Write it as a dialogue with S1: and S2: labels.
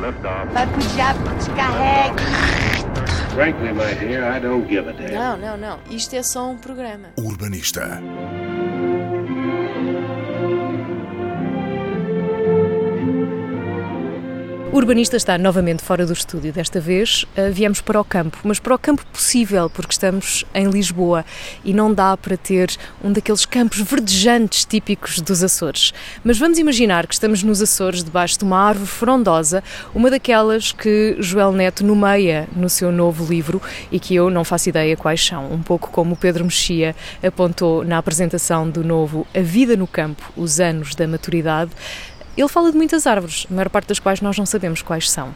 S1: Liftoff.
S2: Vai pro diabo, descarrega.
S1: Frankly, my dear, I don't give a damn.
S3: Não, não, não. Isto é só um programa.
S4: O urbanista.
S5: O urbanista está novamente fora do estúdio. Desta vez ah, viemos para o campo, mas para o campo possível, porque estamos em Lisboa e não dá para ter um daqueles campos verdejantes típicos dos Açores. Mas vamos imaginar que estamos nos Açores debaixo de uma árvore frondosa, uma daquelas que Joel Neto nomeia no seu novo livro e que eu não faço ideia quais são, um pouco como o Pedro Mexia apontou na apresentação do novo A Vida no Campo, os anos da maturidade. Ele fala de muitas árvores, a maior parte das quais nós não sabemos quais são.